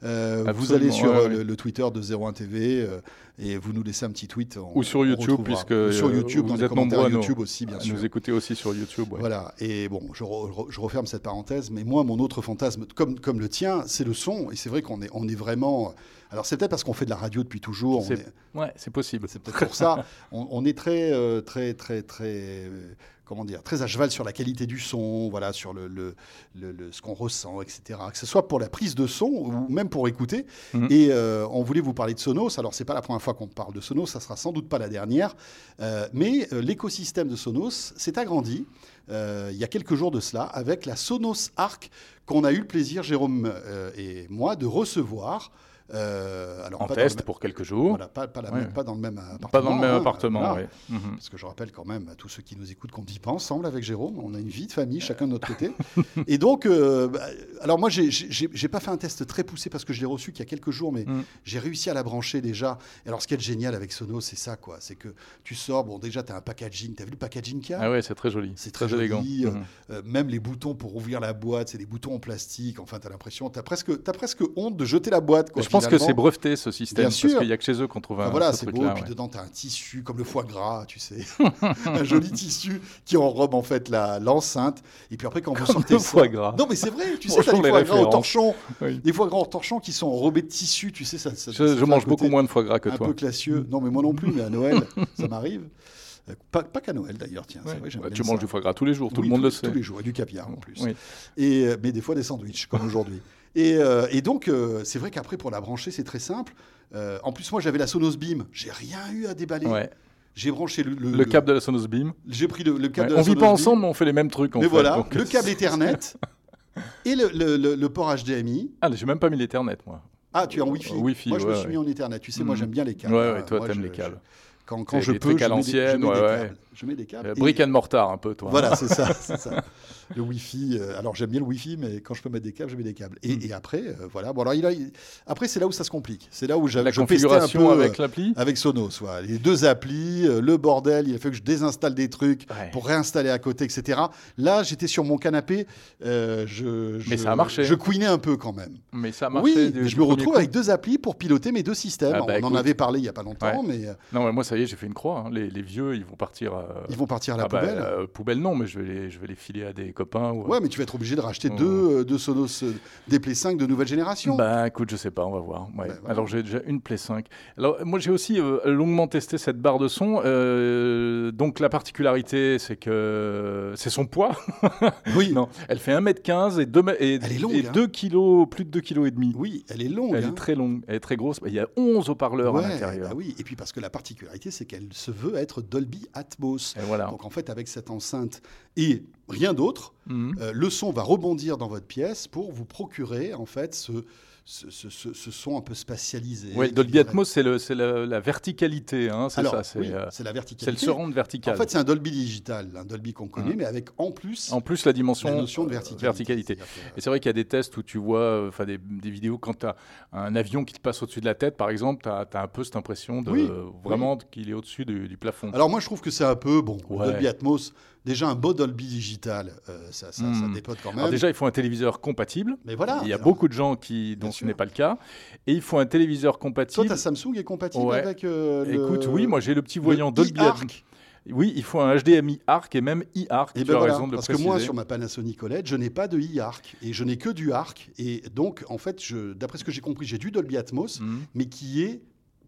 S5: Euh, vous
S4: Absolument,
S5: allez sur
S4: ouais,
S5: euh,
S4: ouais.
S5: le, le Twitter de 01TV euh, et vous nous laissez un petit tweet. on-
S4: Ou sur
S5: on
S4: YouTube,
S5: retrouvera.
S4: puisque,
S5: Ou sur
S4: euh,
S5: YouTube,
S4: vous
S5: dans les
S4: êtes nombreux
S5: commentaires
S4: à nous-
S5: YouTube aussi, bien
S4: À
S5: sûr.
S4: Nous écouter aussi sur YouTube. ouais.
S5: Voilà, et bon, je, re- re- je referme cette parenthèse, mais moi, mon autre fantasme, comme, comme le tien, c'est le son. Et c'est vrai qu'on est, on est vraiment. Alors, c'est peut-être parce qu'on fait de la radio depuis toujours. on
S4: C'est-
S5: est-
S4: Ouais, c'est possible.
S5: C'est peut-être pour ça. On, on est très, euh, très, très, très. euh, Comment dire Très à cheval sur la qualité du son, voilà, sur le, le- le- le- ce qu'on ressent, etc. Que ce soit pour la prise de son ou même pour écouter.
S4: Mhm.
S5: Et euh, on voulait vous parler de Sonos. Alors, c'est pas la première fois qu'on parle de Sonos, ça sera sans doute pas la dernière. Euh, mais euh, l'écosystème de Sonos s'est agrandi euh, il y a quelques jours de cela avec la Sonos Arc qu'on a eu le plaisir, Jérôme euh, et moi, de recevoir. Euh, alors,
S4: En
S5: pas dans le
S4: test
S5: même-
S4: pour quelques jours.
S5: voilà, pas, pas la
S4: Ouais.
S5: même- pas dans le même appartement.
S4: Pas dans le même
S5: hein,
S4: appartement.
S5: voilà.
S4: ouais. Mhm.
S5: Parce que je rappelle quand même à tous ceux qui nous écoutent qu'on vit pas ensemble avec Jérôme. On a une vie de famille, chacun de notre côté. Et donc, euh, bah, alors moi, j'ai- j'ai j'ai- j'ai pas fait un test très poussé parce que je l'ai reçu qu'il y a quelques jours, mais
S4: Mm.
S5: j'ai réussi à la brancher déjà. Et alors, ce qui est génial avec Sonos, c'est ça, quoi. C'est que tu sors, bon, déjà, tu as un packaging. Tu as vu le packaging qu'il y a
S4: Ah ouais, c'est très joli.
S5: C'est très
S4: élégant.
S5: joli, euh,
S4: Mhm.
S5: Euh, Même les boutons pour ouvrir la boîte, c'est des boutons en plastique. Enfin, tu as l'impression, tu as, presque honte de jeter la boîte, quoi.
S4: Je pense que
S5: finalement.
S4: c'est breveté ce système.
S5: Bien sûr.
S4: Parce qu'il n'y a que chez eux qu'on trouve
S5: Enfin,
S4: un
S5: voilà,
S4: ce
S5: c'est beau.
S4: truc-là.
S5: et puis
S4: ouais.
S5: dedans, tu as un tissu comme le foie gras, tu sais. un joli tissu qui enrobe en fait la- l'enceinte. Et puis après, quand vous sortez.
S4: le
S5: ça-
S4: foie gras.
S5: Non, mais c'est vrai, tu sais, tu as
S4: Bonjour,
S5: des
S4: les
S5: foie gras au
S4: références.
S5: torchon.
S4: Oui.
S5: Des foie gras au torchon qui sont enrobés de tissu, tu sais. Ça, ça- ça
S4: Je,
S5: fait
S4: je
S5: un
S4: mange
S5: côté
S4: beaucoup moins de foie gras que
S5: Un
S4: toi.
S5: peu classieux. Non, mais moi non plus, mais à Noël, ça m'arrive. Euh, Pas, pas qu'à Noël d'ailleurs, tiens.
S4: Ouais.
S5: c'est vrai, j'aime
S4: Bah,
S5: bien
S4: tu
S5: ça.
S4: manges du foie gras tous les jours, tout
S5: Oui,
S4: le monde le
S5: tous-
S4: sait.
S5: Tous les jours, et du caviar en plus.
S4: Oui.
S5: Et, euh, mais des fois des sandwichs, comme aujourd'hui. Et, euh, et donc, euh, c'est vrai qu'après, pour la brancher, c'est très simple. Euh, en plus, moi, j'avais la Sonos Beam. J'ai rien eu à déballer.
S4: Ouais.
S5: J'ai branché le,
S4: Le câble de la Sonos Beam.
S5: J'ai pris le, le
S4: Ouais,
S5: câble. de la
S4: On vit
S5: Sonos
S4: pas
S5: Beam.
S4: ensemble, mais on fait les mêmes trucs. en
S5: Mais
S4: fait,
S5: voilà,
S4: donc, euh,
S5: le
S4: c'est-
S5: câble Ethernet et le, le- le- le port HDMI.
S4: Ah, j'ai même pas mis l'Ethernet, moi.
S5: Ah, tu es en Wi-Fi.
S4: Euh, Wi-Fi,
S5: moi, je me
S4: ouais,
S5: suis
S4: ouais.
S5: mis en Ethernet. Tu sais, moi,
S4: Mhm.
S5: j'aime bien les câbles.
S4: Ouais,
S5: hein.
S4: ouais, toi,
S5: Moi,
S4: t'aimes
S5: je-
S4: les câbles.
S5: je- Quand, quand
S4: C'est
S5: je
S4: des
S5: peux,
S4: trucs
S5: je
S4: à
S5: mets des- je
S4: l'ancienne,
S5: mets des
S4: ouais, ouais.
S5: câbles. Je mets des câbles.
S4: Euh,
S5: Et-
S4: Brick and mortar, un peu, toi.
S5: Ah,
S4: hein.
S5: Voilà, c'est ça, c'est ça. Le Wi-Fi. euh, alors j'aime bien le Wi-Fi, mais quand je peux mettre des câbles, je mets des câbles.
S4: Mm.
S5: Et, et après, euh, voilà. Bon, alors, il a- il- après, c'est là où ça se complique. C'est là où j'avais
S4: La
S5: je pestais un
S4: configuration
S5: peu, euh,
S4: avec l'appli
S5: avec Sonos. voilà. Les deux applis, euh, le bordel. Il a fallu que je désinstalle des trucs
S4: Ouais.
S5: ah, pour réinstaller à côté, etc. Là, j'étais sur mon canapé. euh, je, je-
S4: Mais ça a marché.
S5: Je couinais un peu quand même.
S4: Mais ça a marché.
S5: Oui,
S4: du-
S5: mais
S4: du
S5: je me
S4: premier
S5: retrouve
S4: coup.
S5: avec deux applis pour piloter mes deux systèmes.
S4: Ah bah,
S5: On en
S4: écoute.
S5: avait parlé il y a pas longtemps, mais euh,
S4: Non, mais moi, ça y est, j'ai fait une croix. hein. Les, les vieux, ils vont partir. euh,
S5: ils vont partir à la
S4: ah bah,
S5: poubelle.
S4: euh, poubelle, non, mais je vais, les, je vais les filer à des copains. ou à-
S5: Ouais, bah, mais tu vas être obligé de racheter
S4: Ouais.
S5: deux, euh, deux Sonos euh, des Play 5 de nouvelle génération.
S4: Bah écoute, je sais pas, on va voir. Ouais.
S5: Bah, voilà.
S4: Alors j'ai déjà une Play 5. Alors moi j'ai aussi euh, longuement testé cette barre de son. Euh, donc la particularité c'est que c'est son poids.
S5: oui,
S4: non, elle fait 1m15 et 2, et,
S5: Elle est longue,
S4: et
S5: hein.
S4: 2 kilos, plus de 2 kg et demi.
S5: oui, elle est longue.
S4: Elle
S5: hein.
S4: est très longue, elle est très grosse. Il y a 11 haut-parleurs
S5: Ouais,
S4: à l'intérieur.
S5: bah oui, et puis parce que la particularité, c'est qu'elle se veut être Dolby Atmos.
S4: Et voilà.
S5: Donc en fait, avec cette enceinte et rien d'autre,
S4: Mhm.
S5: euh, le son va rebondir dans votre pièce pour vous procurer en fait ce, ce, ce- ce- ce son un peu spatialisé.
S4: Ouais, le
S5: qui
S4: Dolby
S5: vient-
S4: Atmos, c'est le- c'est la, la verticalité, hein, c'est
S5: Alors,
S4: ça, c'est
S5: oui,
S4: euh,
S5: c'est la
S4: c'est le
S5: verticalité.
S4: se rendre vertical.
S5: en fait, c'est un Dolby digital, un Dolby qu'on connaît,
S4: Mhm.
S5: mais avec en plus
S4: en plus, la dimension
S5: la notion de
S4: euh,
S5: verticalité.
S4: verticalité.
S5: C'est-à-dire que-
S4: Et c'est vrai qu'il y a des tests où tu vois euh, enfin, des, des vidéos quand tu as un avion qui te passe au-dessus de la tête, par exemple, tu as, un peu cette impression de
S5: Oui,
S4: euh, vraiment qu'il est au-dessus du, du plafond.
S5: Alors moi je trouve que c'est un peu bon
S4: Hum. Ouais.
S5: Dolby Atmos déjà un beau Dolby digital euh, ça ça, ça
S4: Hmm.
S5: dépote quand même
S4: Alors déjà, il faut un téléviseur compatible.
S5: mais voilà
S4: il y a
S5: Alors,
S4: beaucoup de gens qui, dont ce
S5: sûr.
S4: n'est pas le cas. Et il faut un téléviseur
S5: toi
S4: compatible.
S5: ta Samsung est compatible
S4: Ouais.
S5: avec euh, le-
S4: Écoute, oui, moi j'ai le petit
S5: le
S4: voyant Dolby
S5: e-Arc.
S4: Atmos. Oui, il faut un HDMI ARC et même iARC.
S5: Eh
S4: tu
S5: ben
S4: as
S5: voilà,
S4: raison de le
S5: parce que moi
S4: préciser.
S5: sur ma Panasonic OLED je n'ai pas de e-arc et je n'ai que du arc et donc en fait je- d'après ce que j'ai compris j'ai du Dolby Atmos
S4: Mhm.
S5: mais qui est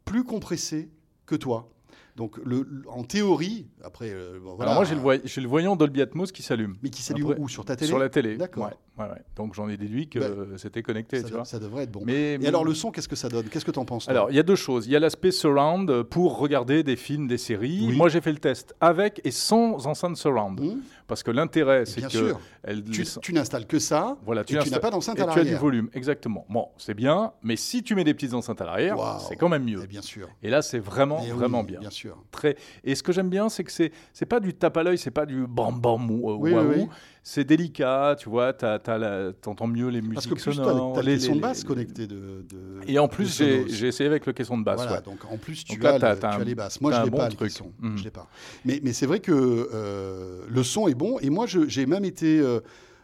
S5: plus compressé que toi donc le, le- en théorie après euh, bon, voilà
S4: Alors moi j'ai le, voy- j'ai le voyant Dolby Atmos qui s'allume.
S5: mais qui s'allume
S4: Après,
S5: où sur ta télé
S4: Sur la télé.
S5: D'accord.
S4: Ouais, ouais, ouais. Donc j'en ai déduit que
S5: Ben,
S4: euh, c'était connecté.
S5: ça,
S4: tu
S5: doit-
S4: vois.
S5: ça devrait être bon
S4: Mais,
S5: et alors le son qu'est-ce que ça donne qu'est-ce que t'en penses toi
S4: Alors, il y a deux choses. Il y a l'aspect surround euh, pour regarder des films, des séries.
S5: Oui.
S4: Moi, j'ai fait le test avec et sans enceinte surround.
S5: Hmm
S4: Parce que l'intérêt, c'est
S5: Bien
S4: que.
S5: sûr.
S4: elle-
S5: tu,
S4: les-
S5: tu n'installes que ça
S4: Voilà,
S5: et tu
S4: l'insta-
S5: n'as pas d'enceinte
S4: et
S5: à
S4: tu as du
S5: l'arrière.
S4: volume, exactement. Bon, c'est bien, mais si tu mets des petites enceintes à l'arrière,
S5: Waouh.
S4: c'est quand même
S5: Eh
S4: mieux.
S5: bien sûr.
S4: Et là, c'est vraiment,
S5: Eh oui,
S4: vraiment bien.
S5: Bien sûr.
S4: Très... Et ce que j'aime bien, c'est que c'est c'est pas du tape à l'œil, c'est pas du bam bam ou euh,
S5: Oui, oui,
S4: waouh.
S5: oui.
S4: c'est délicat, tu vois, t'as- t'as la- t'entends mieux les musiques
S5: Parce que plus tu as,
S4: sonores.
S5: les,
S4: les-
S5: sons de
S4: les-
S5: basse
S4: les-
S5: connectés de, de-
S4: Et en
S5: de
S4: plus, j'ai
S5: Sonos.
S4: j'ai essayé avec le caisson de basse.
S5: Voilà,
S4: ouais.
S5: donc en plus tu,
S4: Donc là,
S5: as,
S4: t'as-
S5: le-
S4: t'as
S5: tu
S4: un-
S5: as les basses. Moi
S4: t'as
S5: je
S4: un
S5: l'ai
S4: bon
S5: pas,
S4: truc.
S5: le son.
S4: Mhm.
S5: Je l'ai pas. Mais, mais c'est vrai que euh, le son est bon. Et moi je- j'ai même été. euh,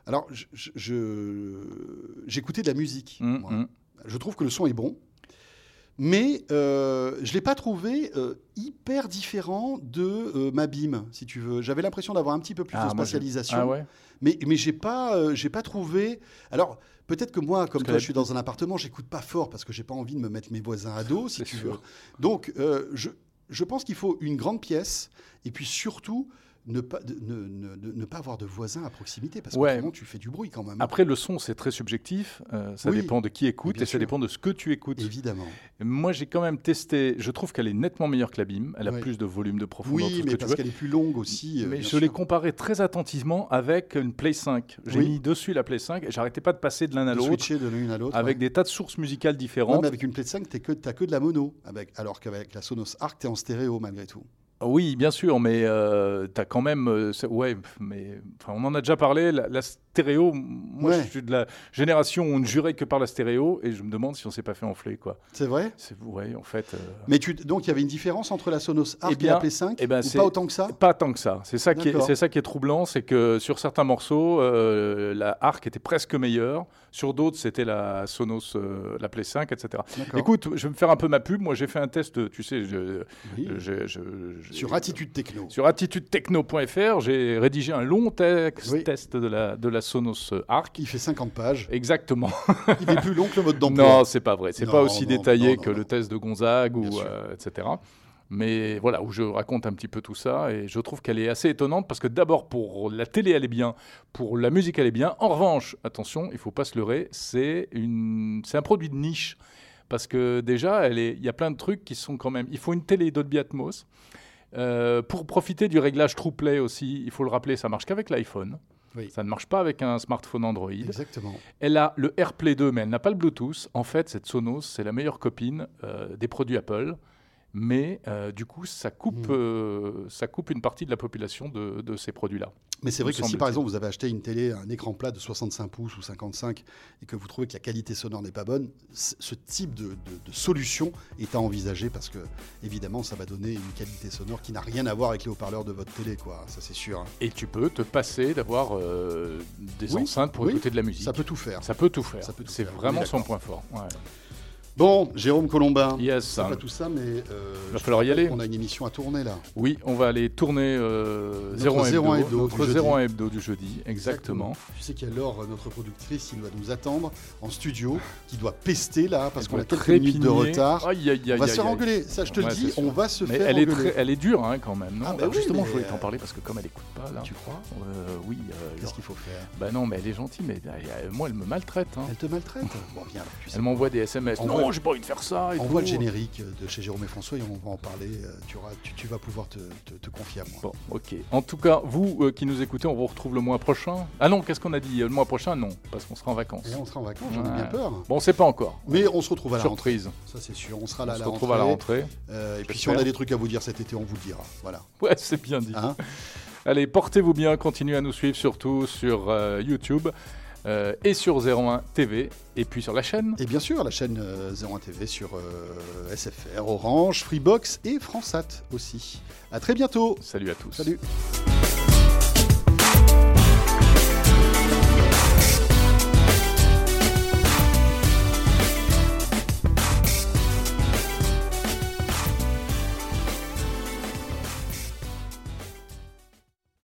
S5: alors je- je- je- j'écoutais de la musique.
S4: Hum,
S5: moi.
S4: hum.
S5: Je trouve que le son est bon. Mais euh, je ne l'ai pas trouvé euh, hyper différent de euh, ma BIM, si tu veux. J'avais l'impression d'avoir un petit peu plus
S4: Ah,
S5: de
S4: moi, j'ai-
S5: spatialisation. Mm.
S4: Ah ouais
S5: Mais, mais j'ai pas, euh, j'ai pas trouvé. Alors, peut-être que moi, comme
S4: que
S5: toi,
S4: la-
S5: je suis dans un appartement, j'écoute pas fort parce que j'ai pas envie de me mettre mes voisins à dos, si
S4: C'est
S5: tu
S4: sûr.
S5: veux. Donc, euh, je, je pense qu'il faut une grande pièce et puis surtout ne pas, de- ne, ne- ne- ne pas avoir de voisins à proximité parce que
S4: Ouais. Ah.
S5: autrement, tu fais du bruit quand même.
S4: Après, le son, c'est très subjectif. euh, ça
S5: Oui.
S4: dépend de qui écoute
S5: Bien
S4: et ça
S5: sûr.
S4: dépend de ce que tu écoutes.
S5: Évidemment.
S4: Moi, j'ai quand même testé. Je trouve qu'elle est nettement meilleure que la BIM. Elle a
S5: Oui.
S4: plus de volume, de profondeur, tout
S5: Oui,
S4: ce
S5: mais
S4: que tu
S5: parce
S4: veux.
S5: qu'elle est plus longue aussi. euh,
S4: Mais
S5: bien
S4: je l'ai
S5: sûr.
S4: comparé très attentivement avec une Play 5. J'ai
S5: Oui.
S4: mis dessus la Play 5 et j'arrêtais pas de passer de l'un à
S5: De
S4: l'autre
S5: switcher de l'une à l'autre.
S4: avec
S5: ouais.
S4: des tas de sources musicales
S5: Ouais,
S4: différentes.
S5: mais avec une Play 5, t'es que, t'as que de la mono, avec, alors qu'avec la Sonos Arc, t'es en stéréo malgré tout.
S4: Oui, bien sûr, mais euh, t'as quand même. euh, c'est- ouais, pff, mais enfin, on en a déjà parlé. La, la stéréo, m- moi,
S5: Ouais.
S4: je suis de la génération où on ne jurait que par la stéréo et je me demande si on s'est pas fait enfler, quoi.
S5: C'est vrai
S4: C'est ouais, en fait. euh,
S5: Mais tu, donc il y avait une différence entre la Sonos Arc
S4: Eh
S5: et,
S4: bien,
S5: la Play 5
S4: eh ben,
S5: ou
S4: c'est-
S5: Pas autant que ça
S4: Pas tant que ça. C'est ça qui est,
S5: Ah. D'accord.
S4: c'est ça qui est troublant, c'est que sur certains morceaux, euh, la Arc était presque meilleure. Sur d'autres, c'était la Sonos, euh, la Play 5, etc.
S5: D'accord.
S4: Écoute, je vais me faire un peu ma pub. Moi, j'ai fait un test, euh, tu sais, je-
S5: Oui.
S4: je- je- je- je-
S5: euh, Sur Attitude Techno.
S4: Sur attitudetechno.fr, j'ai rédigé un long texte,
S5: Oui.
S4: test de la, de la Sonos euh, Arc.
S5: Il fait 50 pages.
S4: Exactement.
S5: Il est plus long que le mode d'emploi.
S4: Non, c'est pas vrai. C'est
S5: Non,
S4: pas aussi
S5: non,
S4: détaillé
S5: non, non,
S4: que
S5: non.
S4: le test de Gonzague
S5: Bien
S4: ou
S5: sûr.
S4: euh, etc. Mais voilà, où je raconte un petit peu tout ça et je trouve qu'elle est assez étonnante parce que d'abord pour la télé elle est bien, pour la musique elle est bien. En revanche, attention, il faut pas se leurrer, c'est une, c'est un produit de niche parce que déjà elle est, il y a plein de trucs qui sont quand même. Il faut une télé Dolby Atmos. Euh, pour profiter du réglage TruePlay aussi, il faut le rappeler, ça marche qu'avec l'iPhone.
S5: Oui.
S4: Ça ne marche pas avec un smartphone Android.
S5: Exactement.
S4: Elle a le AirPlay 2, mais elle n'a pas le Bluetooth. En fait, cette Sonos, c'est la meilleure copine euh, des produits Apple. Mais euh, du coup, ça coupe,
S5: Mm.
S4: euh, ça coupe une partie de la population de, de ces produits-là.
S5: Mais c'est vrai
S4: Me
S5: que si par
S4: semble-t-il.
S5: exemple vous avez acheté une télé, un écran plat de 65 pouces ou 55 et que vous trouvez que la qualité sonore n'est pas bonne, c- ce type de, de- de solution est à envisager parce que évidemment ça va donner une qualité sonore qui n'a rien à voir avec les haut-parleurs de votre télé, quoi. Ça c'est sûr. hein.
S4: Et tu peux te passer d'avoir euh, des
S5: Oui,
S4: enceintes pour
S5: oui,
S4: écouter de la musique.
S5: Ça peut tout faire.
S4: Ça peut tout faire.
S5: Ça peut tout
S4: C'est
S5: faire, oui,
S4: vraiment son point
S5: d'accord.
S4: fort. Ouais.
S5: Bon, Jérôme Colombin.
S4: Yes.
S5: C'est pas tout ça, mais euh,
S4: Il va
S5: je
S4: falloir y
S5: rappelle
S4: aller.
S5: qu'on a une émission à tourner là.
S4: Oui, on va aller tourner euh,
S5: Notre
S4: 01 hebdo,
S5: 01 hebdo
S4: notre
S5: du
S4: 01 hebdo du jeudi, exactement.
S5: Tu sais qu'il y a Laure, euh, notre productrice, qui doit nous attendre en studio, qui doit pester là parce
S4: Elle
S5: qu'on a
S4: doit
S5: quelques minutes de
S4: trépigner.
S5: retard.
S4: Aïe, aïe,
S5: on
S4: aïe,
S5: va
S4: aïe,
S5: se faire
S4: aïe.
S5: engueuler, ça je te
S4: Ouais,
S5: le
S4: c'est
S5: dis,
S4: sûr.
S5: on va se
S4: Mais
S5: faire
S4: elle est,
S5: engueuler.
S4: très- elle est dure hein, quand même, non
S5: Ah bah
S4: Alors
S5: oui,
S4: Justement,
S5: mais-
S4: je voulais t'en parler parce que comme elle écoute pas là.
S5: Tu crois
S4: Euh, oui. euh,
S5: Qu'est-ce qu'il faut faire
S4: Bah non, mais elle est gentille, mais euh, moi, elle me maltraite. hein.
S5: Elle te maltraite Bon, viens là, tu sais.
S4: Elle m'envoie des SMS.
S5: Envoie-
S4: Non, j'ai pas envie de faire ça. Et
S5: Envoie
S4: tout.
S5: le générique de chez Jérôme et François et on va en parler. euh, Tu, auras- tu- tu vas pouvoir te, te- te confier à moi.
S4: Bon, ok. En tout cas, vous euh, qui nous écoutez, on vous retrouve le mois prochain. Ah non, qu'est-ce qu'on a dit Le mois prochain, non, parce qu'on sera en vacances.
S5: Et on sera en vacances, j'en ai
S4: Ouais.
S5: bien peur.
S4: Bon, c'est pas encore.
S5: Mais on se retrouve à la rentrée.
S4: Surprise.
S5: Ça c'est sûr, on sera là
S4: On
S5: à
S4: se
S5: la
S4: retrouve
S5: rentrée.
S4: à la rentrée.
S5: Euh, et puis si
S4: J'espère.
S5: on a des trucs à vous dire cet été, on vous le dira. Voilà.
S4: Ouais, c'est bien dit.
S5: Hein
S4: Allez, portez-vous bien, continuez à nous suivre surtout sur euh, YouTube euh, et sur 01 TV et puis sur la chaîne.
S5: Et bien sûr, la chaîne euh, 01 TV sur euh, SFR, Orange, Freebox et Fransat aussi. À très bientôt.
S4: Salut à tous.
S5: Salut.